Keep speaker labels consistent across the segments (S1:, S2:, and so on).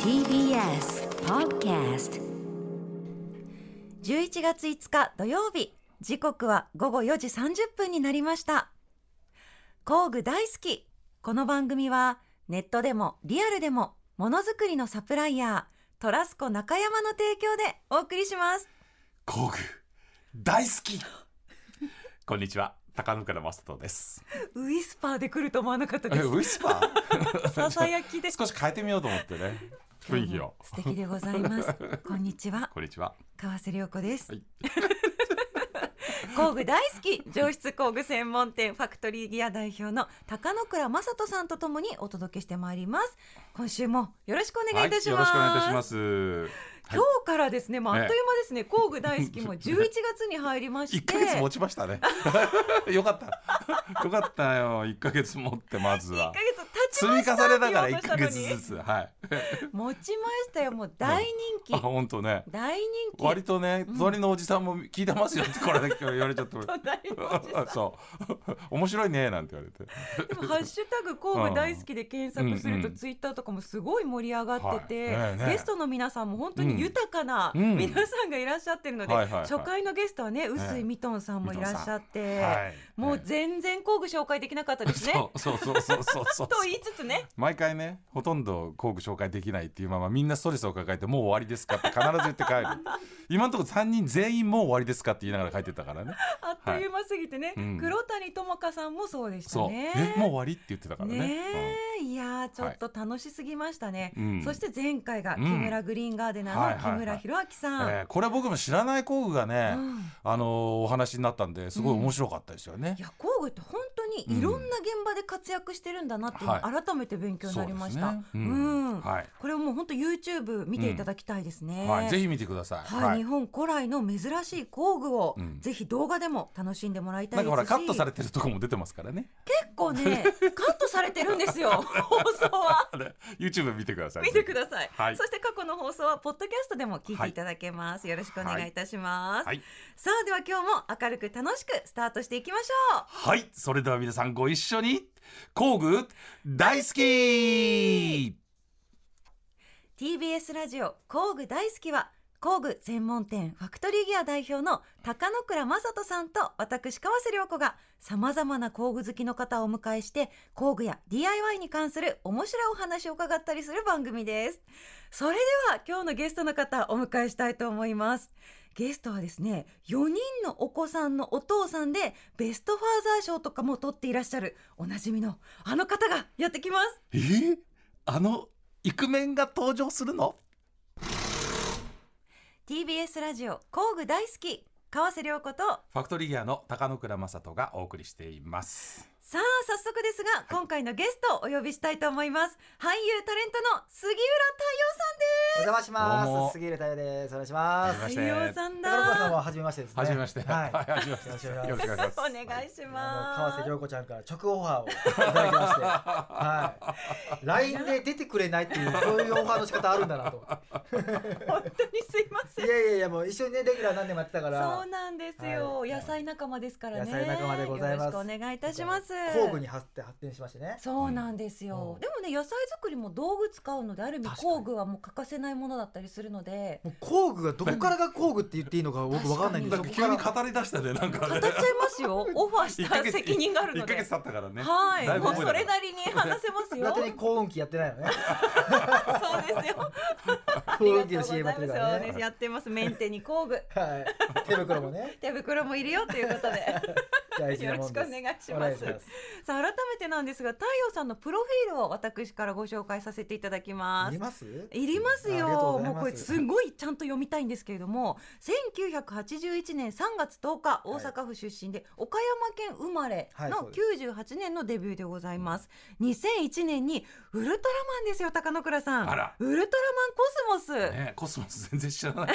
S1: TBS Podcast
S2: 11月5日土曜日時刻は午後4時30分になりました工具大好きこの番組はネットでもリアルでもものづくりのサプライヤートラスコ中山の提供でお送りします
S3: 工具大好きこんにちは高野倉正人です
S2: ウィスパーで来ると思わなかった
S3: え
S2: です
S3: ウィスパ
S2: ささ
S3: ー
S2: やきで
S3: 少し変えてみようと思ってね雰囲気を
S2: 素敵でございますこんにちは
S3: こんにちは
S2: 川瀬良子です、
S3: はい
S2: 工具大好き上質工具専門店ファクトリーギア代表の高野倉正人さんとともにお届けしてまいります今週もよろしくお願いいたし
S3: よ
S2: ま
S3: ろし
S2: す、
S3: くお願いいたします
S2: 今日からですねもうあっという間ですね、工具大好きも11月に入りまして
S3: 一ヶ月持ち ましたねよかったよかったよ一ヶ月持ってまずは
S2: 一ヶ月経ち
S3: 積み
S2: ま
S3: 重
S2: した
S3: ねだから
S2: って
S3: 一
S2: 言お
S3: ヶ
S2: うと
S3: 月
S2: したの
S3: ず
S2: に
S3: つはい
S2: 持ちましたよもう大人気、
S3: あ本当ね
S2: 大人気
S3: 割とね隣のおじさんも聞いてますよってこれだけ言われちゃって
S2: 隣の おじさん
S3: そう面白いねなんて言われ
S2: で
S3: て
S2: も「ハッシュタグ工具大好き」で検索すると
S3: うんうん
S2: ツイッターとかもすごい盛り上がってて、
S3: はいねえねえ
S2: ゲストの皆さんも本当に豊かな
S3: うん
S2: 皆さんがいらっしゃってるので、
S3: はいはいはい
S2: 初回のゲストはね臼井ミトンさんもいらっしゃって、
S3: はい
S2: もう全然工具紹介できなかったですね。と
S3: そうそうそうそうそ うそう
S2: 言いつつね
S3: 毎回ねほとんど工具紹介できないっていうままみんなストレスを抱えてもう終わりですかって必ず言って帰 る今のところ3人全員もう終わりですかって言いながら帰ってったからね
S2: あっという間すぎてね、
S3: うん
S2: 黒谷友香さんもそうでした
S3: そう、
S2: ね。
S3: えもう終わりって言ってたからね
S2: ねえ、いやーちょっと楽しすぎましたね、
S3: うん
S2: そして前回が
S3: う
S2: 木
S3: ん
S2: 村グリーンガーデナーの木
S3: はいはいは
S2: 村
S3: い
S2: 博明
S3: う
S2: さ
S3: ん
S2: ん、
S3: えーこれは僕も知らない工具がね、
S2: うん
S3: あのーお話になったんですごい面白かったですよね
S2: い、や工具って本当にいろんな現場で活躍してるんだなっていうのを
S3: は
S2: 改めて勉強になりました。
S3: そうです
S2: う
S3: ね
S2: ん
S3: うんはい
S2: これもう本当 YouTube 見ていただきたいですね。
S3: はい、ぜひ見てください、
S2: はい日本古来の珍しい工具を、
S3: うん
S2: ぜひ動画でも楽しんでもらいた
S3: ないん
S2: で
S3: か
S2: すし
S3: ほらカットされてるとこも出てますからね
S2: 結構ねカットされてるん ですよ放送は
S3: あれ YouTube 見てください
S2: 見てください、
S3: はい
S2: そして過去の放送はポッドキャストでも聞いていただけます、よろしくお願いいたします、
S3: はい
S2: さあでは今日も明るく楽しくスタートしていきましょう
S3: はい、それでは皆さんご一緒に工具大好き
S2: TBS ラジオ工具大好きは工具専門店ファクトリーギア代表の高野倉正人さんと私川瀬良子がさまざまな工具好きの方をお迎えして工具や DIY に関する面白いお話を伺ったりする番組ですそれでは今日のゲストの方お迎えしたいと思いますゲストはですね4人のお子さんのお父さんでベストファーザー賞とかも取っていらっしゃるおなじみのあの方がやってきます
S3: えーあのイクメンが登場するの
S2: TBS ラジオ工具大好き川瀬良子と
S3: ファクトリーギアの高野倉正人がお送りしています
S2: さあ早速ですが、今回のゲストをお呼びしたいと思います俳優タレントの杉浦
S4: お邪魔しま
S3: どうも
S4: す。杉浦太陽です。お願いしま
S3: は
S4: す。
S2: 太
S3: じ
S2: 陽
S3: めまして
S2: さん太陽さん
S4: 高野子さん
S2: だ
S4: は初めましてですね。
S3: はじめまして
S4: はい。
S3: はい、はじめまして
S4: よろしくお願いします
S3: よろしくお願いし
S2: お
S3: ます
S2: 願いし
S4: あ
S2: ます
S4: の川瀬良子ちゃんから直オファーをいただきまして、はい。LINE で出てくれないっていうそういうオファーの仕方あるんだなと。
S2: 本当にすいませ
S4: い
S2: ん
S4: やいやいやもう一緒にねレギュラー何年もやってたから。
S2: そうなんですよ、野菜仲間ですからね
S4: 野菜仲間でござい
S2: よろ
S4: ます。
S2: しくお願いいたします
S4: 工具に発展発展しましてね。
S2: そうなんですよ、
S4: うん
S2: でもね野菜作りも道具使うのである意味
S4: 確かに
S2: 工具はもう欠かせないものだったりするので
S4: もう工具がどこからが工具って言っていいのか僕わかんないんで
S3: な
S4: す
S3: んか
S4: よ。そこ
S3: 急
S4: か
S3: に
S4: ら
S3: 語り出したねなんか
S2: 語っ
S3: ね
S2: ちゃいます よオファー
S3: 一
S2: した責任があるの
S3: 一ヶ
S2: で
S3: 月経ったからね
S2: はい、もうそ
S3: 覚
S2: れ
S3: えた
S2: なりに話せますよ。
S4: だ
S2: そ
S4: て
S2: う
S4: に幸運期やってないのね。
S2: ですよ。あり
S4: 幸
S2: が
S4: 運期
S2: とうご
S4: の
S2: ざ
S4: CM
S2: い
S4: や
S2: ます。
S4: って
S2: そ
S4: る
S2: う
S4: から
S2: で
S4: ね
S2: す。。やってます。メンテに工具、
S4: はい。手袋もね
S2: 手袋もいるよということで。
S4: 大事なもんです。
S2: よろしくお願
S4: お願
S2: い
S4: い
S2: し
S4: し
S2: ます
S4: ます。
S2: さあ改めてなんですが、太陽さんのプロフィールを私からご紹介させていただきま
S4: 見
S2: す
S4: れ。ます？
S2: いります
S4: ありがとう
S2: よ。
S4: ござ
S2: も
S4: い
S2: う
S4: ます
S2: これすごいちゃんと読みたいんですけれども、1981年3月10日大阪府出身で、岡山県生まれ
S4: はい
S2: の98年のデビューでございます。2001年にウルトラマンですよ高野倉さん。
S3: あら
S2: ウルトラマンコスモス。
S3: ねコスモス全然知らない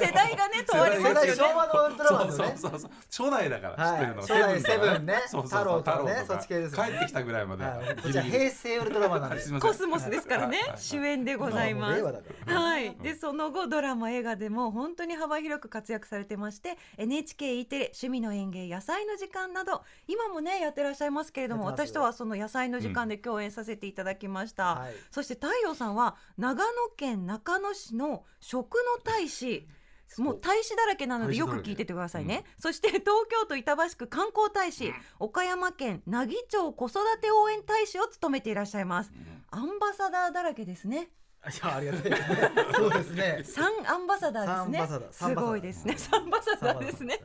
S2: 世代がね問われ
S4: 世
S2: ます
S4: 代
S2: よ
S4: 昭
S2: ね。
S4: 和のウルトラマンです
S3: そう
S4: ね。
S3: そうそうそう初代だから知ってるるのが
S4: 初代セ
S3: とか
S4: ブンね
S3: そうそうそう
S4: 太郎とかね
S3: 太
S4: そっち系ですよね
S3: 帰ってきたぐらいまで、
S4: はい、こ
S3: ギ
S4: ちら
S3: リギリ
S4: 平成ウルトラマンなん
S3: は
S4: で
S3: い
S4: す
S3: すいません
S2: コスモスですからね
S3: はいはい
S2: 主演で ございま
S4: もう
S2: す
S4: 令和だから
S2: はい、でその後ドラマ映画でも本当に幅広く活躍されてまして NHKE テレ「趣味の園芸野菜の時間」など今もねやってらっしゃいますけれども
S4: やってます
S2: 私とはその野菜の時間で共演させていただきました、
S4: はい
S2: そして太陽さんは長野県中野市の食の大使もう大使だらけなのでよく聞いててくださいね、そして東京都板橋区観光大使、岡山県奈義町子育て応援大使を務めていらっしゃいます、アンバサダーだらけですね
S4: いやありがたいですね そうですね
S2: サンアンバサダーですね。
S4: サ
S2: す
S4: ンアンバサダーサンアンバサダー
S2: ごいですね。サンアンバサダーですね。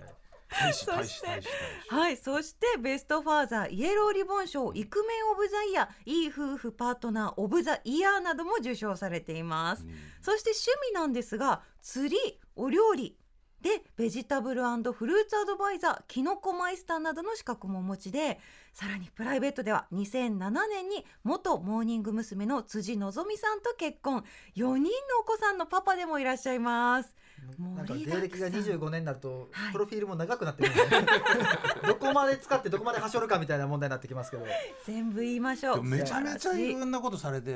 S3: 大使大
S2: そし
S3: 使
S2: て
S3: 大使
S2: はい、そしてベストファーザー、イエローリボン賞、イクメンオブザイヤー、いい夫婦パートナーオブザイヤーなども受賞されています。そして趣味なんですが、釣り、お料理。で、ベジタブルフルーツアドバイザー、キノコマイスターなどの資格もお持ちで、さらにプライベートでは2007年に元モーニング娘。の辻希美さんと結婚、4人のお子さんのパパでもいらっしゃいます。
S4: なんか
S2: 盛りだ
S4: 芸
S2: く
S4: 歴
S2: さ
S4: が
S2: ん
S4: 25年になると
S2: はい
S4: プロフィールも長くなってくるんで どこまで使ってどこまではしょるかみたいな問題になってきますけど
S2: 全部言いましょ
S3: で
S2: う
S3: もめちゃめちゃ
S2: 素晴らし
S3: い
S2: い
S3: ろんなことされて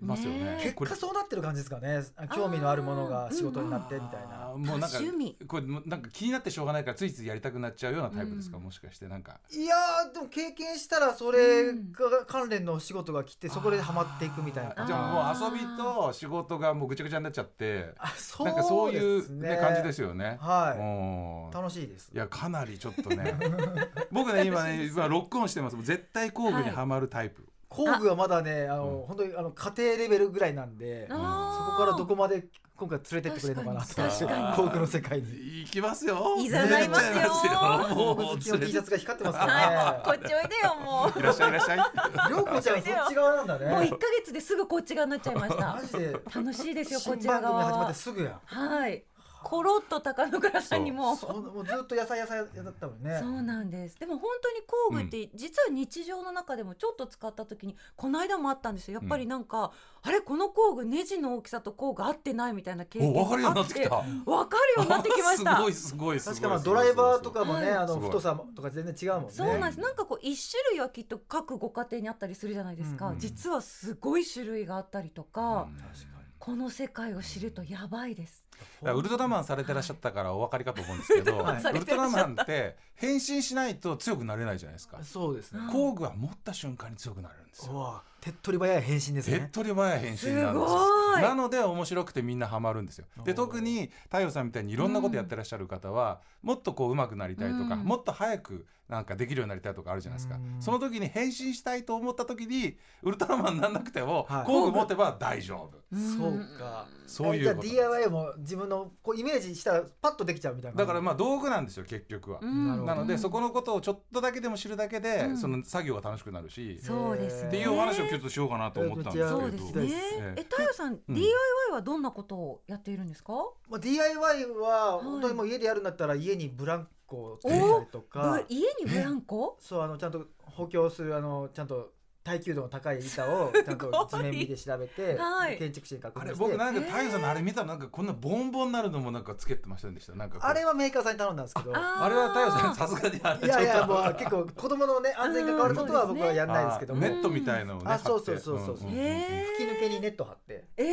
S3: ますよね
S2: ねえ
S4: 結
S3: これ
S4: 果そうなってる感じですかね興味のあるものが仕事になってみたい
S3: あ
S4: な
S3: ーもうなんか
S2: 趣味
S3: これもうなんか気になってしょうがないからついついやりたくなっちゃうようなタイプですか、もしかしてなんか
S4: いやーでも経験したらそれが関連の仕事が来てそこでハマっていくみたいな
S3: あー
S4: 感
S3: じ
S4: じ
S3: ゃあもう遊びと仕事がもうぐちゃぐちゃになっちゃって
S4: あそ
S3: なんかそういうう、ね、感じです
S4: よ
S3: よね
S4: は
S3: うん
S4: い楽しいです
S3: いやかなりちょっとね僕ね今ね今ロックオンしてますもう絶対工具にはまるタイプ、
S4: 工具はまだねあの本当にあの家庭レベルぐらいなんでそ
S2: あー
S4: こからどこまで今回連れてってくれるのかなと思って
S3: 確かに
S4: 工具の世界に
S3: 行きますよ
S2: いざないますよ
S3: 行っちゃいますよ
S4: 工具
S3: も
S4: 好
S3: う
S4: きの T シャツが光ってますから
S2: はい、こっちおいでよも
S3: いらっしゃいいらっしゃい
S4: ね涼子ちゃんそっち側な
S2: う。も
S4: んだ
S2: う
S4: ね
S2: 一ヶ月ですぐこっち側になっちゃいました
S4: マ。ジで
S2: 楽しいですよこ
S4: 新
S2: ちら
S4: 番組
S2: 側
S4: 始まって
S2: は。
S4: すぐや
S2: はい。コロッと高野倉さんにも。
S4: そんなもうずっと野菜野菜だったもんね
S2: そうなんですでも本当に工具って実は日常の中でもちょっと使った時にこの間もあったんですよやっぱりなんか、あれこの工具ネジの大きさと工具合ってないみたいな経験
S3: お分かるように
S2: があ
S3: な
S2: っ
S3: っててきた
S2: 分かるようになってきました
S3: すごいすごいすごい
S4: 確かまあドライバーとかも
S2: そうそう
S4: ね
S2: そう
S4: あ
S3: す
S4: の
S3: ごい
S4: 太さもとか全然違うもんね
S2: そうなんです。なんかこう一種類はきっと各ご家庭にあったりするじゃないですか。
S4: うんうん
S2: 実はすごい種類があったりと
S3: うん
S2: か、
S3: だ
S2: この世界を知るとやばいです。
S3: からウルトラマンされてらっしゃったからお分かりかと思うんですけど、
S4: はい
S3: ウルトラマンって変身しないと強くなれないじゃないですか
S4: そうですね
S3: 工具は持った瞬間に強くなれるんですよ
S4: うわ手っ取り早い変身です
S3: 手っ
S4: ね
S3: 取り早い変身なんです
S2: すご
S3: よ
S2: い
S3: なので面白くてみんなハマるんですよ
S4: お
S3: で
S4: ー
S3: 特に太陽さんみたいにいろんなことやってらっしゃる方は、もっとこう上手くなりたいとか、
S2: うん
S3: もっと早くなんかできるようになりたいとかあるじゃないですか、
S4: うん
S3: その時に変身したいと思った時にウルトラマンになんなくても、
S4: はい
S3: 工具持てば大丈夫
S4: そうか
S3: そうい
S4: じゃ
S3: う
S4: あ
S3: こと
S4: DIY も自分のこうイメージしたらパッとできちゃうみたいな
S3: だからまあ道具なんですよ結局は、
S2: うん
S4: なるほど
S3: なので、
S2: うん
S3: そこのことをちょっとだけでも知るだけで、
S2: うん
S3: その作業が楽しくなるし、
S2: そうですね。
S3: っていうお話を今日ちょっとしようかなと思ったんですけ
S2: そ
S3: れ
S2: う
S3: ど
S2: です
S4: そう
S2: ね
S4: です
S3: ね。
S2: え、太陽さん、
S3: うん
S2: DIY はどんなことをやっているんですか？
S4: まあ DIY はい本当にもう家でやるんだったら家にブランコを作ったりとか
S2: ぶ家にブランコ？
S4: そうあのちゃんと補強するあのちゃんと耐久度の高い板をちゃんと図面見で調べて
S2: はい
S4: 建築士に確
S3: あ
S4: 認
S3: れ
S4: して
S3: 僕なんか太陽さんのあれ見たらなんかこんなボンボンになるのもなんかつけてませんでしたなんかこう
S4: あれはメーカーさんに頼んだんですけど
S2: あー
S3: あれは太陽さんさすがにあれ
S4: い
S3: ちょっ
S4: や
S3: と
S4: いやもう結構子供のね安全に関わることは僕はやんないですけど
S3: あ
S4: も
S3: ー
S4: 吹
S3: ネットみたいなのをね
S4: うんあ
S3: 貼って
S4: そうそうそうそうん
S3: んん
S2: へ
S4: き抜けにネット張って
S2: え。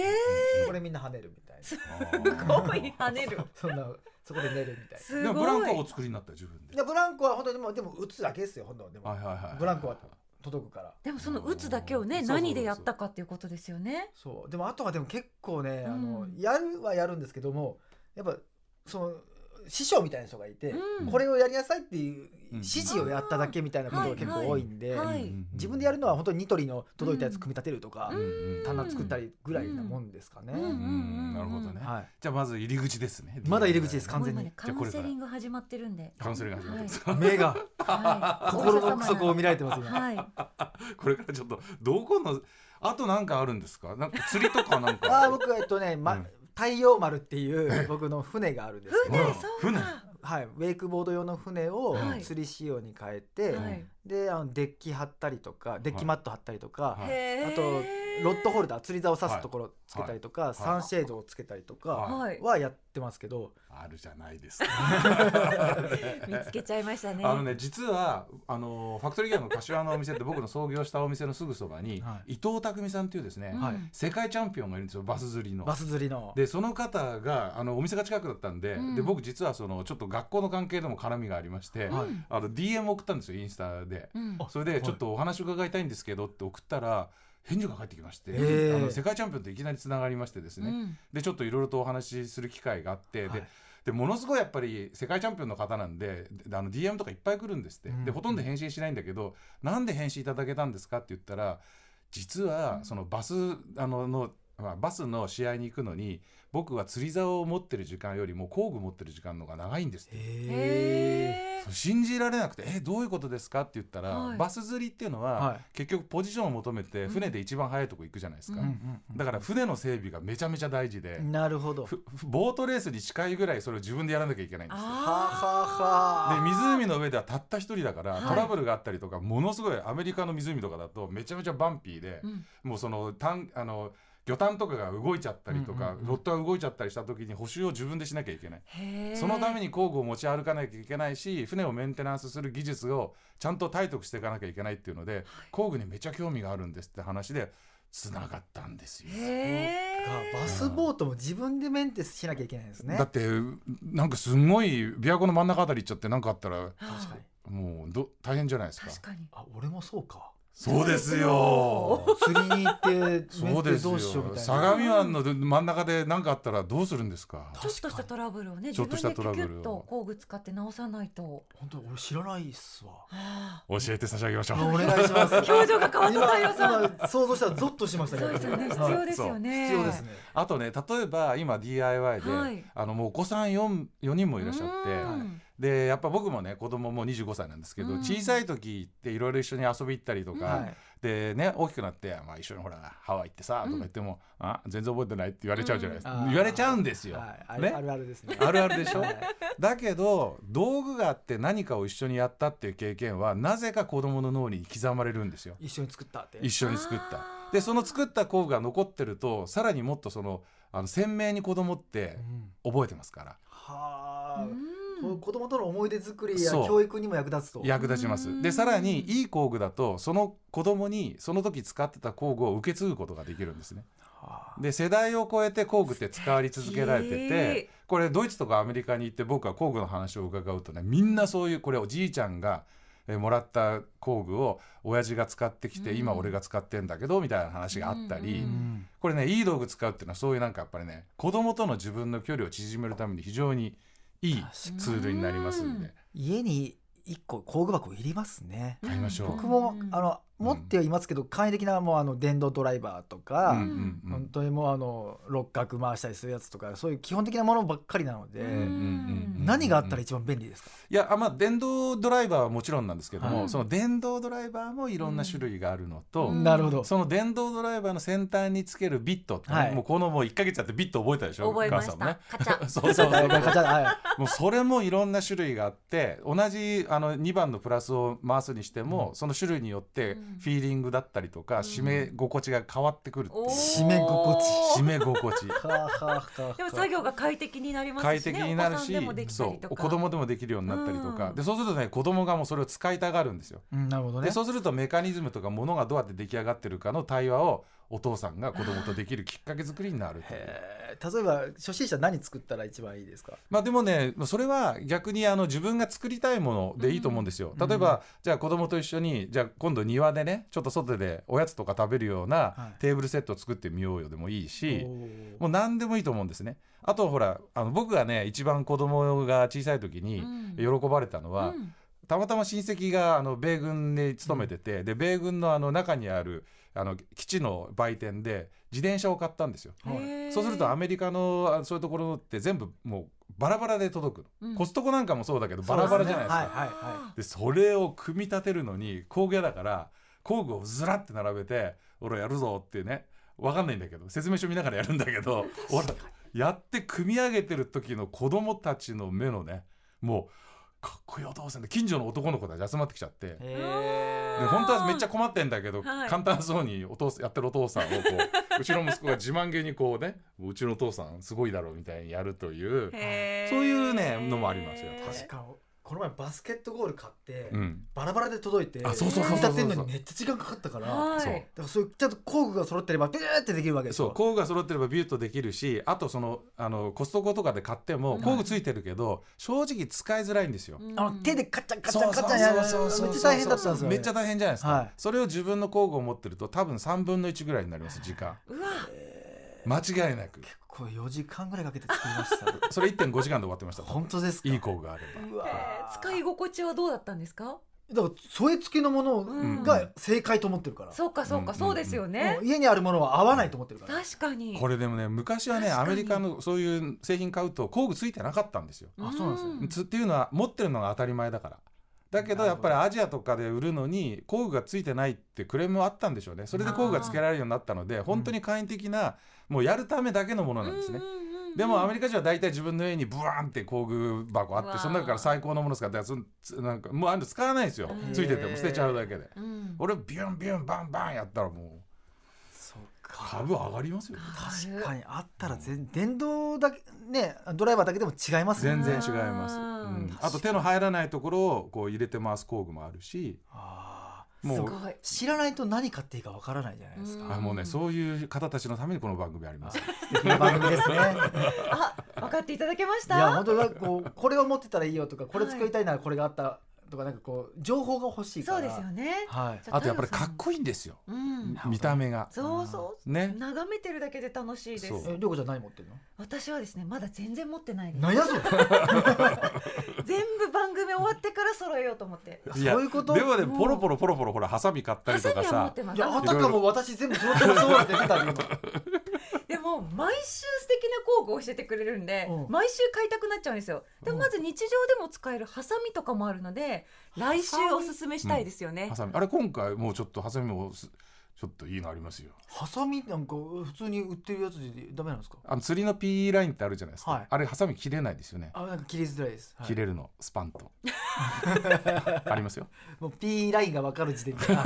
S2: え
S4: これみんな跳ねるみたいな
S2: ー、こういう跳ねる。
S4: そんなそこで寝るみたいな。
S2: す
S3: でもブラン
S2: ご
S3: コを
S2: い
S3: お。作りになった自分で
S4: でブランコは本当にもうでも打つだけですよ本当でも
S3: はいはいはい
S4: ブランコは届くから
S2: でもその打つだけを
S3: う
S2: ね、
S3: んそうそうそう
S2: 何でやったかっていうことですよね。
S4: そうでもあとはでも結構ねあの、
S2: うん
S4: やるはやるんですけどもやっぱその師匠みたいな人がいて、
S2: うん
S4: これをやりなさいっていう
S3: うん
S4: 指示をやっただけみたいなことが結構多いんで、
S2: はい
S4: 自分でやるのは本当にニトリの届いたやつ組み立てるとか、
S3: うん
S4: 棚作ったりぐらいなもんですかね、
S2: うん
S3: うんうんなるほどね
S4: はい
S3: じゃあまず入り口ですね
S4: まだ入り口です完
S2: もう
S4: 全
S2: 今
S4: に
S2: ね、カウンセリング始まってるんで。
S3: カウンセリング始まってます
S4: 目が
S2: はい。
S4: 心の奥底を見られてます今、
S2: はい。
S3: これからちょっとどこのあとなんかあるんですかなんか釣りとかなん
S4: ああ
S3: か
S4: 僕えっとね、ま
S3: うん
S4: 太陽丸っていう僕の船があるんですけど
S2: 船、
S3: うん
S2: そうか。
S4: はい、ウェイクボード用の船を
S3: はい
S4: 釣り仕様に変えて、
S2: はい
S4: であのデッキ張ったりとかデッキマット張ったりとか、
S3: はい
S2: へー
S4: あとロッドホルダー釣り竿を刺すところつけたりとか、サンシェードをつけたりと
S3: は
S4: か
S2: はい、
S4: はやってますけど、
S3: あるじゃないですか
S2: 見つけちゃいましたね。
S3: あのね実はあのファクトリーギアの柏のお店って僕の創業したお店のすぐそばに、
S4: は
S3: 伊藤匠さんっていうですね、
S2: うん
S4: はい
S3: 世界チャンピオンがいるんですよバス釣りの
S4: バ。ス釣りの
S3: でその方があのお店が近くだったんで,、
S2: うん
S3: で僕実はそのちょっと学校の関係でも絡みがありまして、
S4: はい
S3: あの DM 送ったんですよインスタで。
S2: うん
S4: あ
S3: それでちょっとお話伺いたいんですけどって送ったら返事が返ってきまして、
S4: へー
S3: あの世界チャンピオンといきなりつながりましてですね、
S2: うん
S3: でちょっといろいろとお話しする機会があって、
S4: はい
S3: ででものすごいやっぱり世界チャンピオンの方なんでであの DM とかいっぱい来るんですって、
S4: うん
S3: でほとんど返信しないんだけどなんで返信いただけたんですかって言ったら実はそのバスあのの、まあ、バスの試合に行くのに僕は釣り竿を持ってる時間よりも工具持ってる時間の方が長いんですって。
S4: へ
S2: へ
S3: そう信じられなくて「えどういうことですか?」って言ったら、
S2: はい
S3: バス釣りっていうのは、
S4: はい
S3: 結局ポジションを求めて船で一番速いとこ行くじゃないですか、
S2: うん
S3: だから船の整備がめちゃめちゃ大事で、
S4: えなるほど
S3: ふふボートレースに近いぐらいそれを自分でやらなきゃいけないんですよ
S4: は
S2: あ
S4: あはあはあ
S3: で湖の上ではたった一人だから、
S2: はい
S3: トラブルがあったりとかものすごいアメリカの湖とかだとめちゃめちゃバンピーで、
S2: うん
S3: もうそのたんあの魚探とかが動いちゃったりとか、
S4: うんうんうん
S3: ロットが動いちゃったりした時に補修を自分でしなきゃいけない。
S2: へえ
S3: そのために工具を持ち歩かなきゃいけないし船をメンテナンスする技術をちゃんと体得していかなきゃいけないっていうので工具にめちゃ興味があるんですって話でつながったんですよ。
S2: へ
S4: あ
S2: え
S4: バスボートも自分でメンテスしなきゃいけないんですね
S3: だってなんかすんごい琵琶湖の真ん中あたり行っちゃって何かあったら
S4: 確かに
S3: もうど大変じゃないですか。
S2: 確かに
S4: あ俺もそうか
S3: そうですよ。
S4: 釣りに行ってメン
S3: そう
S4: テ
S3: で
S4: ス
S3: す
S4: ど
S3: よ
S4: うしようみ。たいな
S3: 相模湾の真ん中で何かあったらどうするんですか。
S2: ちょっとしたトラブルをね
S3: ち
S2: 自
S3: ょっ
S2: 分
S3: とした
S2: でキ
S3: ト
S2: ュ
S3: ラ
S2: キュ
S3: ブルを
S2: ッと工具使って直さないと
S4: 本当俺知らないっす わ
S2: あ
S3: 教えて差し上げましょう。
S4: お願いします
S2: 表情が変わった太陽さん
S4: 今今想像したらゾッとしまし
S2: あ
S4: た
S2: そうですよね必要ですよね
S4: 必要ですね
S3: あとね例えば今 DIY で、
S2: はい
S3: あのもうお子さん 4, 4人もいらっしゃって。
S2: うん
S3: でやっぱ僕もね子供もう25歳なんですけど、
S2: うん
S3: 小さい時っていろいろ一緒に遊び行ったりとか、
S4: はい
S3: でね大きくなって、まあ、一緒にほらハワイ行ってさとか言っても、あ全然覚えてないって言われちゃうじゃないですか、
S4: うん
S3: 言われちゃうんですよ。
S4: はいあ
S3: ね
S4: あるあるですね
S3: あるあるでしょ
S4: はい
S3: だけど道具があって何かを一緒にやったっていう経験はなぜか子供の脳に刻まれるんですよ
S4: 一緒に作ったって
S3: 一緒に作った
S2: あー
S3: でその作った工具が残ってるとさらにもっとそのあの鮮明に子供って
S4: うん
S3: 覚えてますから
S4: はあ、
S2: う
S4: こ
S2: ん
S4: 子供との思い出作りや
S3: そう
S4: 教育にも役立つと
S3: 役立ちま
S2: う
S3: す
S2: ん
S3: でさらにいい工具だとその子供にその時使ってた工具を受け継ぐことができるんですね
S4: はあ
S3: で世代を超えて工具って使われ続けられててこれドイツとかアメリカに行って僕は工具の話を伺うとねみんなそういうこれおじいちゃんがえーもらった工具を親父が使ってきて、
S2: うん
S3: 今俺が使ってんだけどみたいな話があった
S2: うんう
S3: り、
S4: うん
S3: これねいい道具使うっていうのはそういうなんかやっぱりね子供との自分の距離を縮めるために非常にいいツールになりますんで、
S4: 家に一個工具箱いりますね
S3: 買いましょう
S4: 僕もあの
S3: うん
S4: 持ってはいますけど簡易的なもうあの電動ドライバーとか、
S3: うんうんう
S4: 本
S3: ん
S4: 当にもうあの六角回したりするやつとかそういう基本的なものばっかりなので、
S2: んうん
S4: 何があったら一番便利ですか、
S3: いやあまあ電動ドライバーはもちろんなんですけども、
S2: はい
S3: その電動ドライバーもいろんな種類があるのと、
S2: うん
S4: なるほど
S3: その電動ドライバーの先端につけるビットってね、
S4: はい
S3: もうこのもう1か月やってビット覚えたでしょ
S2: 覚えま
S3: 母
S2: し
S3: さんもね
S2: たカチャ
S3: そうそう
S4: ドライバーガチャ はい
S3: もうそれもいろんな種類があって同じあの2番のプラスを回すにしても、その種類によって
S2: うん
S3: フィーリングだったりとか、
S2: ん
S3: 締め心地が変わってくるっていう
S2: おー
S4: 締め心地
S3: 締 め心地
S4: はあはあはあはあ
S2: でも作業が快適になりますしね
S3: 快適になるし
S2: お子さんでもできた
S3: そ
S2: り
S3: う
S2: と
S3: お
S2: か
S3: 子供でもできるようになったりとか、
S2: うん
S3: でそうするとね子供がもうそれを使いたがるんですよ。
S4: うんなるほどね
S3: でそうするとメカニズムとかものがどうやって出来上がってるかの対話をお父さんが子供とできるきっかけ作りになるという
S4: へえ例えば初心者何作ったら一番いいですか
S3: まあでもねそれは逆にあの自分が作りたいものでいいと思うんですよ。
S4: うん
S3: 例えばじゃあ子供と一緒にじゃあ今度庭でねちょっと外でおやつとか食べるよう
S4: は
S3: ないテーブルセットを作ってみようよでもいいし
S4: お。ー
S3: もう何でもいいと思うんですね。あとほらあの僕がね一番子供が小さい時に
S2: うん
S3: 喜ばれたのは、
S2: うん
S3: たまたま親戚があの米軍に勤めてて、で米軍のあの中にあるあの基地の売店で自転車を買ったんですよ。
S4: はい
S2: へー
S3: そうするとアメリカのあそういうところって全部もうバラバラで届く
S2: う
S3: の、
S2: ん
S3: コストコなんかもそうだけどバラバラじゃないですか。
S4: そうですねはいはいは
S3: でそれを組み立てるのに工具屋だから工具をずらって並べて「俺やるぞ」ってね分かんないんだけど説明書見ながらやるんだけど俺やって組み上げてる時の子供たちの目のねもうかっこいいお父さんで近所の男の子たち集まってきちゃって
S4: へ
S3: で
S4: え
S3: 本当はめっちゃ困ってんだけど、
S2: はい
S3: 簡単そうにお父さんやってるお父さんをこ ううちの息子が自慢げにこうねうちのお父さんすごいだろうみたいにやるという、
S2: へー
S3: そういうねのもありますよ
S4: 確かこの前バスケットゴール買って、
S3: うん、
S4: バラバラで届いて
S3: あそうそうそうそうそう
S4: 組み立てるのにめっちゃ時間かかったから、だか
S2: は
S3: そう
S2: い
S4: らそういうちゃんと工具が揃ってればビューってできるわけです
S3: そう
S4: よ
S3: 工具が揃ってればビューとできるしあとそのあのコストコとかで買っても工具ついてるけど、正直使いづらいんですよ。
S2: うん
S4: あの手でカチャンカチャンカチャンやる
S3: そうそうそうそう
S4: めっちゃ大変だったんですよ、ね、
S3: めっちゃ大変じゃないですか、
S4: はい
S3: それを自分の工具を持ってると多分3分の1ぐらいになります時間
S2: うわ
S3: 間違いなく
S4: 結構4時間ぐらいかけて作りました
S3: それ1.5時間で終わってました
S4: 本当ですか
S3: いい工具があれば
S4: うわー
S2: 使い心地はどうだったんですか
S4: だから添え付きのもの
S2: うん
S4: が正解と思ってるから、
S2: そうかそうか
S3: うん
S2: そうですよね
S4: もう家にあるものは合わないと思ってるから
S2: 確かに
S3: これでもね昔はね
S2: 確か
S3: ア
S2: に
S3: メリカのそういう製品買うと工具ついてなかったんですよ。
S4: あそうなんですね
S3: つっていうのは持ってるのが当たり前だから。だけどやっぱりアジアとかで売るのに工具がついてないってクレームはあったんでしょうねそれで工具がつけられるようになったので本当に簡易的なもうやるためだけのものなんですね。でもアメリカ人は大体自分の家にブワーンって工具箱あっ
S2: うわ
S3: て
S2: ー
S3: その中から最高のもの使ってそんつなんかもうあんた使わないですよ
S2: うん
S3: ついてても捨てちゃうだけで
S2: カうん
S3: 俺ビュンビュンバンバンやったらもう
S4: そう
S3: 株上がりますよ
S4: 確かにあったら全電動だけねドライバーだけでも違いますね
S3: 全然違います、
S2: う
S3: うんん、あと手の入らないところをこう入れて回す工具もあるし
S4: あー
S3: も
S2: す
S3: う
S2: ごい
S4: 知らないと何買っていいかわからないじゃないですか、
S2: うん
S3: あもうねそういう方たちのためにこの番組あります
S4: 素敵な番組です ね
S2: あ分かっていただけまし
S4: いや
S2: た
S4: 本当なんかこうこれを持ってたらいいよとかこれ作りたいならこれがあったとかなんかこう情報が欲しいか
S2: そ
S4: ら
S2: うですよね
S4: はい
S2: じゃ
S3: あとやっぱりかっこいいんですよ
S2: 太郎さんうん
S4: ん
S3: 見た目が
S2: そうそう
S3: ね
S2: 眺めてるだけで楽しいです
S3: そう
S4: えりょうこちゃん何持っ てるの
S2: 私はですねまだ全然持ってないです
S4: 何やそれ
S2: 全部番組終わってから揃えようと思って
S4: そういうこと
S3: でもね
S2: もう
S3: ポロポロポロポロほらハサミ買った
S2: ハ
S3: りと
S2: サ
S3: か
S2: ミは持っ
S3: さ
S2: てま
S4: い
S2: す
S4: やあたかも私全部その手もそうって出たけど
S2: でも毎週素敵な工具を教えてくれるんで、
S4: うん
S2: 毎週買いたくなっちゃうんですよでも
S4: うん
S2: まず日常でも使えるハサミとかもあるので来週おすすめしたいですよね
S3: ハ、サミあれ今回もうちょっとハサミもすちょっといいのありますよ
S4: ハサミなんか普通に売ってるやつでダメなんですか
S3: あの釣りの PE ラインってあるじゃないですか、
S4: はい
S3: あれハサミ切れないですよね
S4: あなんか切りづらいです、はい
S3: 切れるのスパン とありますよ
S4: もう P ラインが分かる時点であもう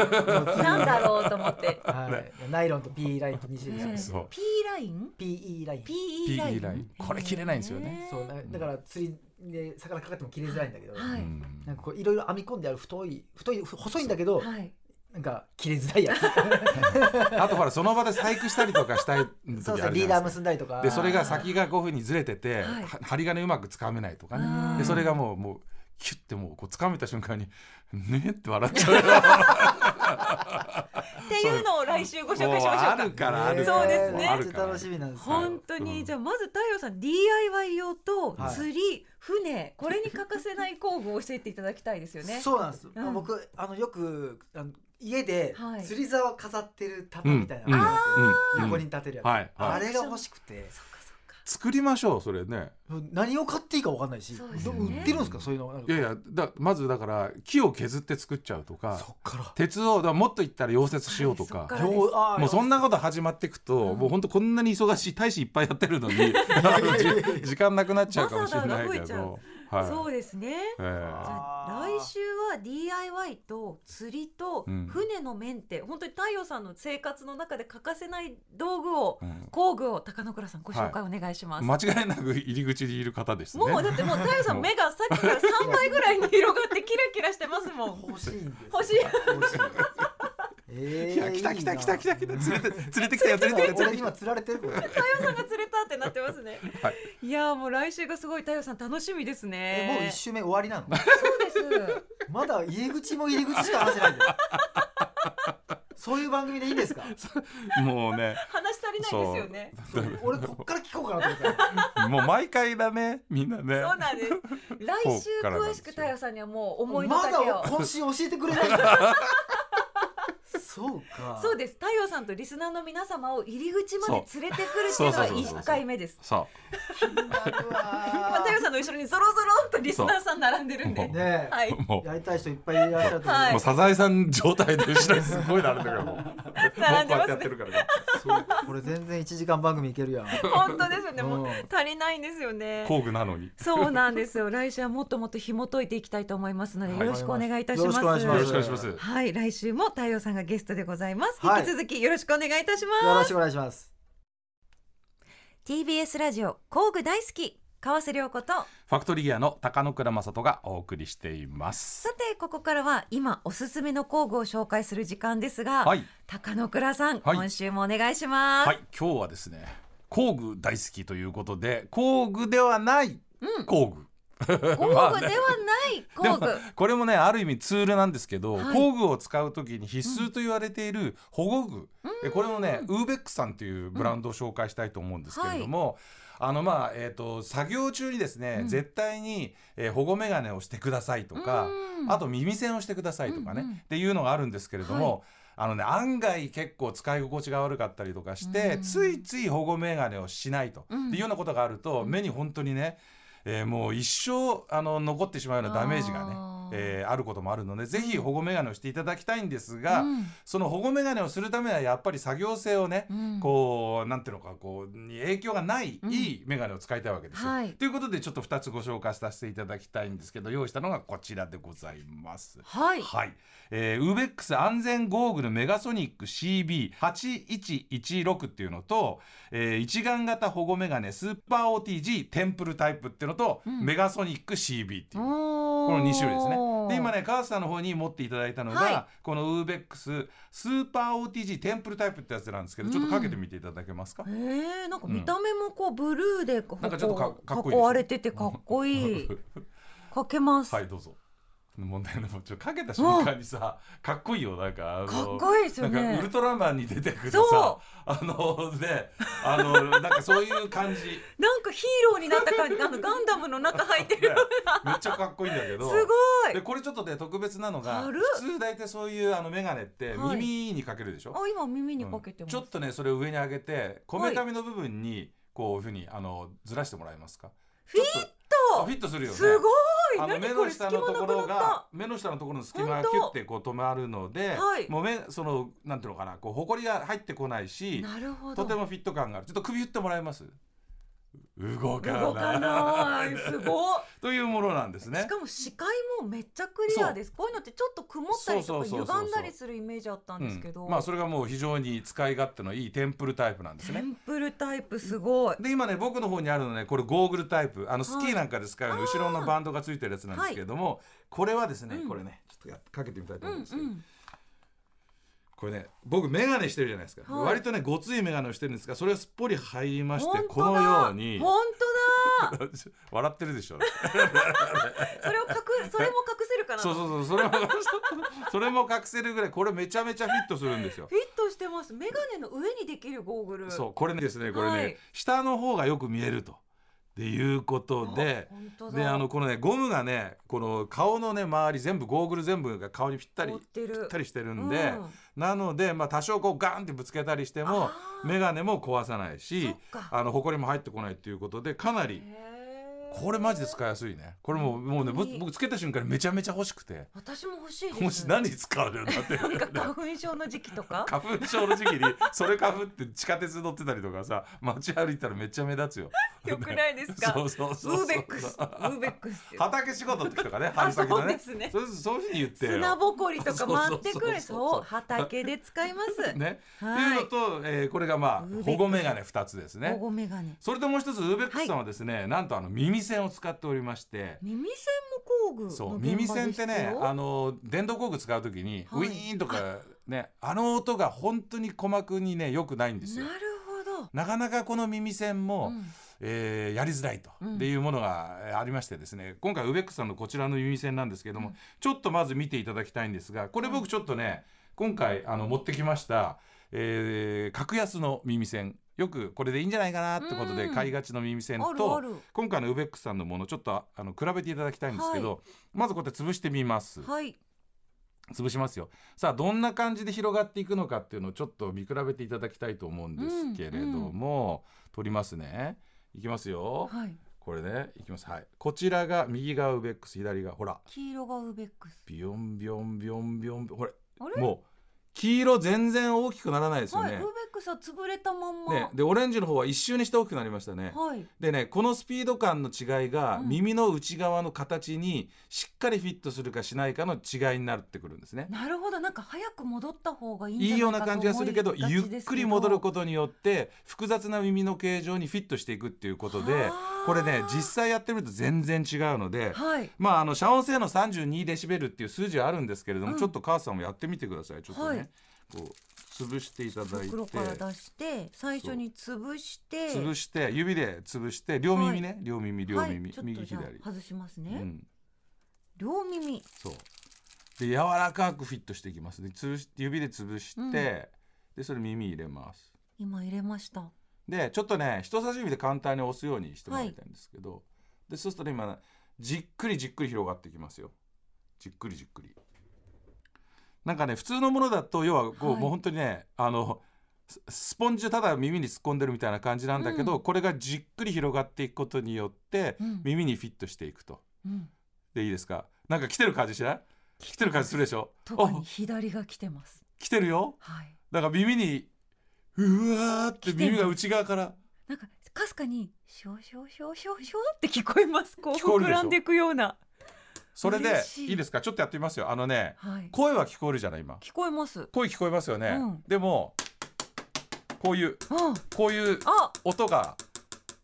S4: 次
S2: なんだろうと思って
S4: はい、ナイロンと P ラインと2種類あるんです
S3: そう
S2: P ライン
S4: PE ライン
S2: PE ライン
S3: PE ラインこれ切れないんですよね、
S4: そうだだから釣りで魚かかっても切りづらいんだけど、
S2: は
S3: う
S2: い
S3: ん
S4: なんかこういろいろ編み込んである太い太い細いんだけど、
S2: はい
S4: なんか切れづらい やつ
S3: あとほらその場で細工したりとかしたい
S4: そう
S3: 時
S4: そ
S3: あ
S4: う
S3: るじ
S4: リ
S3: ゃな
S4: ーダ
S3: いで
S4: ー
S3: す
S4: 結んだりとか
S3: かでそれが先が5分にずれてて、
S2: はい
S3: は針金うまくつかめないとかね
S2: あー
S3: でそれがもうもうキュッてもうこうつかめた瞬間に 「ねえ」って笑っちゃう
S2: っていうのを来週 ご紹介しましょ
S3: あ
S2: うか
S3: るからあるから
S2: そうですね
S3: あ
S4: めっ
S3: る
S4: ち
S3: か
S4: ゃ
S3: ら
S4: 楽しみなんですよ
S2: 本当
S3: は
S2: に、
S3: いうん
S2: じゃあまず太陽さん DIY 用と
S4: はい
S2: 釣り、船これに欠かせない工具を教えていただきたいですよね
S4: そうなんです、
S2: うん
S4: 僕あのよくあの家で
S2: はい
S4: 釣り竿を飾ってる
S3: う
S4: 玉み
S3: ん
S4: たいな
S3: うん
S4: のあるんですよ、
S3: うん
S4: 横に立てるやつ、
S3: はいはい
S4: あれが欲しくて
S2: そっかそっか
S3: 作りましょうそれね
S4: 何を買っていいか分かんないし、
S2: そうです
S4: ど
S2: よ
S4: 売
S2: ね
S4: ってるんですかそういうのなん
S3: い
S4: か
S3: やいやだまずだから木を削って作っちゃうとか
S4: そっから
S3: 鉄をだからもっと言ったら溶接しようと
S2: そっ
S3: か
S2: か
S4: ようあー
S3: もうそんなこと始まっていくと、
S2: うん
S3: もう本当こんなに忙しい大使いっぱいやってるのにあのじ時間なくなっちゃうかもしれないけ
S2: マサダが増えちゃ
S3: ど、はい
S2: そうですね。じ
S3: えー
S2: ゃあ
S4: あー
S2: 来週は DIY と釣りと
S3: うん
S2: 船の面って、本当に太陽さんの生活の中で欠かせない道具を、
S3: うん
S2: 工具を高野倉さんご紹介お願いします。
S3: 間違いなく入り口にいる方ですね。
S2: もうだってもう太陽さん
S3: もう
S2: 目がさっきから3倍ぐらいに広がってキラキラしてますもん。
S4: 欲しいんです
S2: 欲しい
S4: 欲しいえ
S3: いや来た来た来た来た来た連れて連れてきたよ連れてきたよ
S4: 俺今釣られてるこれ
S2: 太陽さんが釣れたってなってますね。
S3: はい
S2: い、やーもう来週がすごい太陽さん楽しみです
S4: え
S2: ね。
S4: もう一周目終わりなの
S2: そうです。
S4: まだ入り口も入り口しか話してないんだよそういう番組でいいんですか
S3: もうね
S2: 話足りないですよね。
S4: 俺こっから聞こうかなと思ったら
S3: もう毎回だねみんなね
S2: そうなんです。来週
S3: こっからなん
S2: 詳
S3: です
S2: し
S3: よ
S2: く太陽さんにはもう思いの
S4: ま
S2: 丈を
S4: だ。今週教えてくれないんだそうか
S2: そうです太陽さんとリスナーの皆様を入り口まで連れてくるっていうの
S3: そう
S2: が
S3: そうそうそう
S2: 1回目です
S3: そ
S2: 今太陽さんの後ろにゾロゾロっとリスナーさん並んでるんで
S3: そう
S4: ねえ、
S2: はい
S3: もう
S4: やりたい人いっぱいいらっしゃると思う、
S2: はい
S3: もうサザエさん状態で後ろにすごい並んでるからもうもうこう
S2: 並んで
S3: や
S2: ま
S3: って
S2: す
S3: やって
S2: ね
S3: るからねそう
S4: これ全然1時間番組いけるやん。
S2: 本当ですよねもう
S4: うん
S2: 足りないんですよね
S3: 工具なのに。
S2: そうなんですよ来週はもっともっと紐解いていきたいと思いますので、
S3: はい
S2: よろしくお願いいたし
S4: よ
S2: ま
S4: ろ
S2: す
S4: くお願いしま
S3: よ
S4: す
S3: ろしくお願いします。
S2: はい来週も太陽さんがゲストでございます、
S4: はい
S2: 引き続きよろしくお願いいたします
S4: よろしくお願いします。
S2: TBS ラジオ工具大好き川瀬良子と
S3: ファクトリーギアの高野倉正人がお送りしています。
S2: さてここからは今おすすめの工具を紹介する時間ですが、
S3: はい、
S2: 高野倉さん、
S3: はい
S2: 今週もお願いします、
S3: はい、今日はですね、工具大好きということで、工具ではない工具。
S2: 工具ではない工具、
S3: でもこれもねある意味ツールなんですけど、
S2: はい
S3: 工具を使う時に必須と言われている保護具、えこれもねウーベックさんというブランドを紹介したいと思うんですけれども、あのまあえー、と作業中にですね、
S2: うん
S3: 絶対に、えー保護メガネをしてくださいとか、
S2: うん
S3: あと耳栓をしてくださいとかね、
S2: うんうん
S3: っていうのがあるんですけれども、あのね、案外結構使い心地が悪かったりとかして、
S2: うん
S3: ついつい保護メガネをしないと、
S2: うん
S3: っていうようなことがあると目に本当にね、えーもう一生あの残ってしまうようなダメージがね
S2: あー
S3: あ,、えーあることもあるのでぜひ保護メガネをしていただきたいんですが、
S2: うん
S3: その保護メガネをするためにはやっぱり作業性をね、
S2: うん
S3: こうなんていうのかこうに影響がない、
S2: うん
S3: いいメガネを使いたいわけですよ。
S2: はい
S3: ということでちょっと2つご紹介させていただきたいんですけど用意したのがこちらでございます。
S2: はい、
S3: はい、えーウーベックス安全ゴーグルメガソニック CB8116 っていうのと、えー一眼型保護メガネスーパー OTG テンプルタイプっていうのと、
S2: ん
S3: メガソニック CB っていう
S2: こ
S3: この2種類ですね。で今ね川瀬さんの方に持っていただいたのが、
S2: は
S3: このウーベックススーパー OTG テンプルタイプってやつなんですけどちょっとかけてみていただけますか、
S2: えー、なんか見た目もこうブルーでこう、
S3: なんかちょっとかかっこいいでしょ
S2: 囲われててかっこいいかけます、
S3: はいどうぞ問題のもうちょっとかけた瞬間にさかっこいいよなんかあの
S2: かっこいいですよね
S3: なんかウルトラマンに出てくる
S2: そう
S3: さあのねあのなんかそういう感じ、ね
S2: なんかヒーローになった感じあのガンダムの中入ってる
S3: めっちゃかっこいいんだけ
S2: す
S3: ど
S2: ごい
S3: でこれちょっとね特別なのが
S2: 軽っ
S3: 普通大体そういうあの眼鏡って
S2: はい
S3: 耳にかけるでしょ、
S2: あ今耳に
S3: うん
S2: かけてます、
S3: ちょっとねそれを上に上げてこめかみの部分にこういうふうにあのずらしてもらえますか
S2: フィッ
S3: ッ
S2: ト
S3: フィットするよね
S2: すごい
S3: あの
S2: 何
S3: 目
S2: こ
S3: の
S2: れ
S3: 下
S2: 隙
S3: の
S2: 間
S3: と
S2: なく
S3: こ
S2: な
S3: ろ
S2: った
S3: が目の下のところの隙間が
S2: 本当
S3: キュッてこう止まるので、
S2: はい
S3: もう目そのなんていうのかなこう埃が入ってこないし
S2: なるほど
S3: とてもフィット感があるちょっと首振ってもらえます動かない
S2: 動か ないすごい
S3: というものなんですね
S2: しかも視界もめっちゃクリアですこういうのってちょっと曇ったりと
S3: そう
S2: か
S3: そうそうそう
S2: 歪んだりするイメージあったんですけど、
S3: うんまあそれがもう非常に使い勝手のいいテンプルタイプなんです
S2: テ
S3: ね
S2: ンプルタイプすごい
S3: で今ね僕の方にあるのねこれゴーグルタイプあのスキ
S2: はい
S3: ーなんかで使うような
S2: あー
S3: 後ろのバンドがついてるやつなんですけれども、これはですね、これねちょっとやっかけてみたいと
S2: うん
S3: 思
S2: う
S3: うんですけど、
S2: ん
S3: これね僕眼鏡してるじゃないですか、
S2: はい
S3: 割とねごつい眼鏡をしてるんですがそれがすっぽり入りまして
S2: 本
S3: こ
S2: 当
S3: の
S2: だ
S3: ように
S2: 本
S3: 笑ってるでし ょ
S2: 当だそれを隠 それも隠せるかな
S3: そうそうそうそれも それも隠せるぐらいこれめちゃめちゃフィットするんですよ
S2: フィットしてますメガネの上にできるゴーグル
S3: そうこれですねこれね、
S2: はい
S3: 下の方がよく見えるとっていうことで
S2: あ本当だ
S3: であのこのねゴムがねこの顔のね周り全部ゴーグル全部が顔にぴったり
S2: 覆ってる
S3: ぴったりしてるんで、
S2: うん
S3: なので、まあ、多少こうガンってぶつけたりしても
S2: あー
S3: 眼鏡も壊さない
S2: そ
S3: し
S2: っか
S3: あの埃も入ってこないということでかなり
S2: へー
S3: これマジで使いやすいねこれもうもうね
S2: 本
S3: ぶ
S2: 当に
S3: 僕つけた瞬間にめちゃめちゃ欲しくて
S2: 私も欲しいです
S3: もし何に使うのよだって。
S2: なんか花粉症の時期とか
S3: 花粉症の時期にそれかぶって地下鉄乗ってたりとかさ街歩いたらめっちゃ目立つよ。
S2: よくないですか
S3: そうそうそうそう
S2: ウーベッ クスウーベックスって
S3: 畑仕事の時とかね春先の
S2: あそう
S3: ね
S2: ですね
S3: そう そういうふうに言ってよ
S2: 砂ぼこりとか舞ってくる
S3: そうそうそう
S2: そ
S3: そうう
S2: 畑で使います、
S3: ね、
S2: はい
S3: っていうのと、えーこれがま
S2: ウーベック
S3: あ
S2: ス
S3: 保護メガネ2つです
S2: 保
S3: ね
S2: 護メガネ
S3: それともう一つウーベックスさんはですね、なんとあの耳栓を使っておりまして
S2: 耳栓も工具の
S3: そう
S2: 現場
S3: 耳栓って
S2: です
S3: ね
S2: よ
S3: あの電動工具使う時に、
S2: はい
S3: ウィーンとかねあの音が本当に鼓膜にねよくないんですよ
S2: なるほど
S3: なかなかこの耳栓も、
S2: うん
S3: えーやりづらいと、
S2: ん
S3: っていうものがえーありましてですね今回ウベックさんのこちらの耳栓なんですけども、ちょっとまず見ていただきたいんですがこれ僕ちょっとね今回あの持ってきました、えー格安の耳栓よくこれでいいんじゃないかなってことで
S2: うん
S3: 買いがちの耳栓と
S2: あるある
S3: 今回のウベックさんのものちょっとああの比べていただきたいんですけど、まずこうやって潰してみます。
S2: はい
S3: 潰しますよさあどんな感じで広がっていくのかっていうのをちょっと見比べていただきたいと思うんですけれども、取りますねいきますよ、
S2: はい
S3: これねいきますはいこちらが右側ウベックス左側ほら
S2: 黄色がウーベックス
S3: ビヨンビヨンビヨンビヨンほら
S2: あれ
S3: もう黄色全然大きくならないですよ
S2: はい、
S3: ね。
S2: ウーベックさん潰れたまんま、
S3: ね、でオレンジの方は一周にして大きくなりましたね。
S2: はい
S3: でねこのスピード感の違いが
S2: うん
S3: 耳の内側の形にしっかりフィットするかしないかの違いになってくるんですね。
S2: なるほどなんか早く戻った方がいいんじ
S3: い
S2: ゃ
S3: い
S2: ないかと
S3: よう
S2: 思
S3: な感じがするけど
S2: いがち
S3: ゆ
S2: で
S3: っ
S2: す
S3: く
S2: け
S3: り
S2: ど
S3: 戻ることによって複雑な耳の形状にフィットしていくっていうことで
S2: はあ
S3: これね実際やってみると全然違うので。
S2: はい
S3: まあ、あの遮音性の32デシベルっていう数字はあるんですけれども、
S2: うん
S3: ちょっと母さんもやってみてくださいちょっとね、
S2: はい
S3: こう潰していただいて
S2: 袋から出して最初に潰して
S3: 潰して指で潰して両耳ね、両耳両
S2: はい
S3: 耳、
S2: ちょっと
S3: 右
S2: じゃ
S3: 左
S2: あ、外します
S3: う
S2: ね、
S3: ん、
S2: 両耳
S3: そうで柔らかくフィットしていきますで潰し指で潰して、
S2: うん
S3: でそれ耳入れます
S2: 今入れました
S3: でちょっとね人差し指で簡単に押すようにしてもらいたいんですけど、でそうするとね今じっくりじっくり広がってきますよじっくりじっくりなんかね普通のものだと要はこう、
S2: はい
S3: もう本当にねあのススポンジをただ耳に突っ込んでるみたいな感じなんだけど、
S2: う
S3: これがじっくり広がっていくことによって、
S2: うん
S3: 耳にフィットしていくと
S2: うん
S3: でいいですかなんか来てる感じしない来てる感じするでしょ
S2: 特
S3: あ
S2: に左が来てます
S3: 来てるよ
S2: はい
S3: だから耳にうわーって
S2: 来てる
S3: 耳が内側から
S2: なんかかすかにショーショーショーショーショーって聞こえますこう
S3: 聞こえるでしょ
S2: 膨らんでいくような
S3: それで
S2: 嬉しい
S3: いいですかちょっとやってみますよあのね
S2: はい
S3: 声は聞こえるじゃない今
S2: 聞こえます
S3: 声聞こえますよね、
S2: うん
S3: でもこういう
S2: うん
S3: こういう
S2: あ
S3: 音が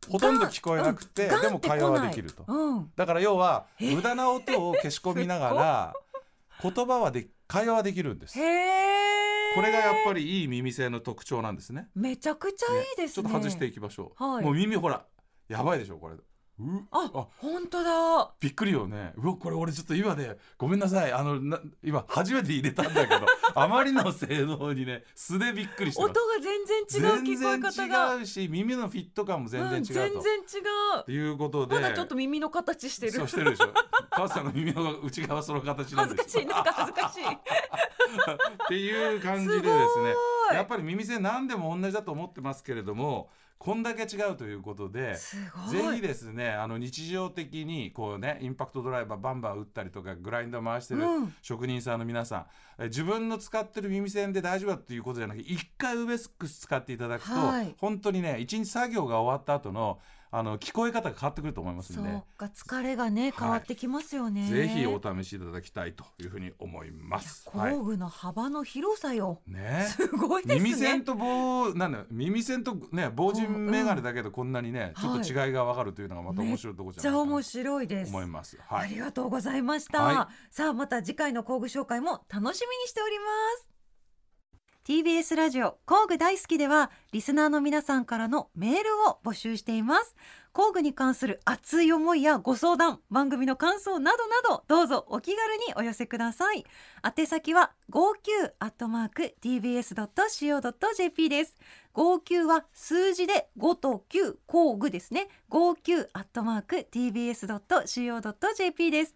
S3: ほとんど聞こえなくて、
S2: ガン
S3: でも
S2: って
S3: 会話はできると、
S2: 来ないうん
S3: だから要は無駄な音を消し込みながら言葉はで会話はできるんです
S2: へえ
S3: これがやっぱりいい耳性の特徴なんですね
S2: めちゃくちゃいいです
S3: ちょ
S2: ね
S3: っと外していきましょう、
S2: はい
S3: もう耳ほらやばいでしょこれう
S2: あ本当だ
S3: びっくりよねうわこれ俺ちょっと今ねごめんなさいあのな今初めて入れたんだけ どあまりの性能にね素でびっくりして
S2: 音が
S3: ます
S2: 全然違う聞こえ方が
S3: 全然違うし耳のフィット感も全然違うと、
S2: うん全然違
S3: ということで
S2: うまだちょっと耳の形して
S3: そ
S2: る
S3: うしてるでしょ母さんの耳の内側はその形なん
S2: 恥ず
S3: で
S2: か
S3: す
S2: し
S3: よ
S2: いなんか恥ずかしい
S3: っていう 感じでですねやっぱり耳栓何でも同じだと思ってますけれどもこんだけ違うということですぜ
S2: ごい
S3: ひですねあの日常的にこうねインパクトドライバーバンバン打ったりとかグラインダー回してる
S2: うん
S3: 職人さんの皆さん、え自分の使ってる耳栓で大丈夫だっていうことじゃなくて一回ウーベックス使っていただくと、
S2: はい
S3: 本当にね一日作業が終わった後のあの聞こえ方が変わってくると思います
S2: そ
S3: んで
S2: う。か疲れがね
S3: い
S2: 変わってきますよね、
S3: ぜひお試しいただきたいというふうに思います。はい
S2: 工、具の幅の広さよ、
S3: ね
S2: すごいですね
S3: 耳栓と棒なんだよ耳栓とね防塵メガネだけどこんなにね、
S2: うん
S3: ちょっと違いがわかるというのがまた面白いところ
S2: めっ
S3: じ
S2: ち
S3: ゃな
S2: ゃ
S3: いかな
S2: 面白いで
S3: と
S2: す
S3: 思います。は
S2: あ
S3: い
S2: りがとうございました、
S3: は
S2: さあまた次回の工具紹介も楽しみにしております TBS ラジオ工具大好きではリスナーの皆さんからのメールを募集しています工具に関する熱い思いやご相談番組の感想などなどどうぞお気軽にお寄せください宛先は 59@tbs.co.jp です59は数字で5と9工具ですね 59@tbs.co.jp です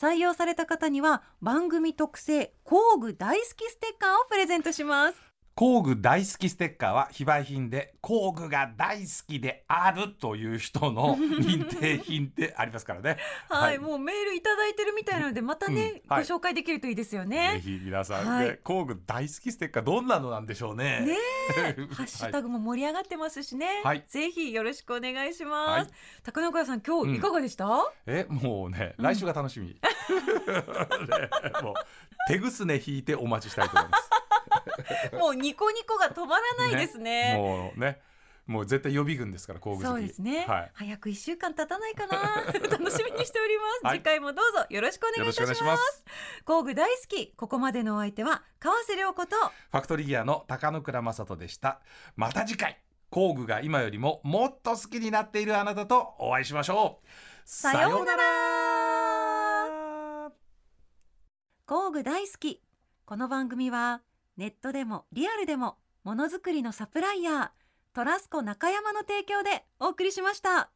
S2: 採用された方には番組特製工具大好きステッカーをプレゼントします
S3: 工具大好きステッカーは非売品で工具が大好きであるという人の認定品でありますからね。
S2: はい、
S3: はい
S2: もうメールいただいてるみたいなのでまたね、
S3: うんはい
S2: ご紹介できるといいですよ
S3: ぜ
S2: ね
S3: ひ皆さん、ね
S2: はい
S3: 工具大好きステッカーどんなのなんでしょうね。
S2: ね
S3: はい
S2: ハッシュタグも盛り上がってますしね、
S3: はい
S2: ぜひよろしくお願いします、
S3: はい
S2: 高中さん今
S3: うん
S2: 日いかがで した、
S3: えもうね来週が楽 しみ。ねもう手ぐすね引いてお待ちしたいと思います。
S2: もうニコニコが止まらないです ね
S3: もうねもう絶対予備軍ですから工具好き。
S2: そうですね、
S3: はい。
S2: 早く一週間経たないかな 楽しみにしております、
S3: はい
S2: 次回もどうぞよろしくお
S3: よ
S2: 願い
S3: ろ
S2: い
S3: しくお
S2: た
S3: 願い
S2: し
S3: し
S2: ま
S3: ますす。
S2: 工具大好きここまでのお相手は川瀬良子と
S3: ファクトリーギアの高野倉正人でした。また次回、工具が今よりももっと好きになっているあなたとお会いしましょう。
S2: さようなら工具大好きこの番組はネットでもリアルでもものづくりのサプライヤートラスコ中山の提供でお送りしました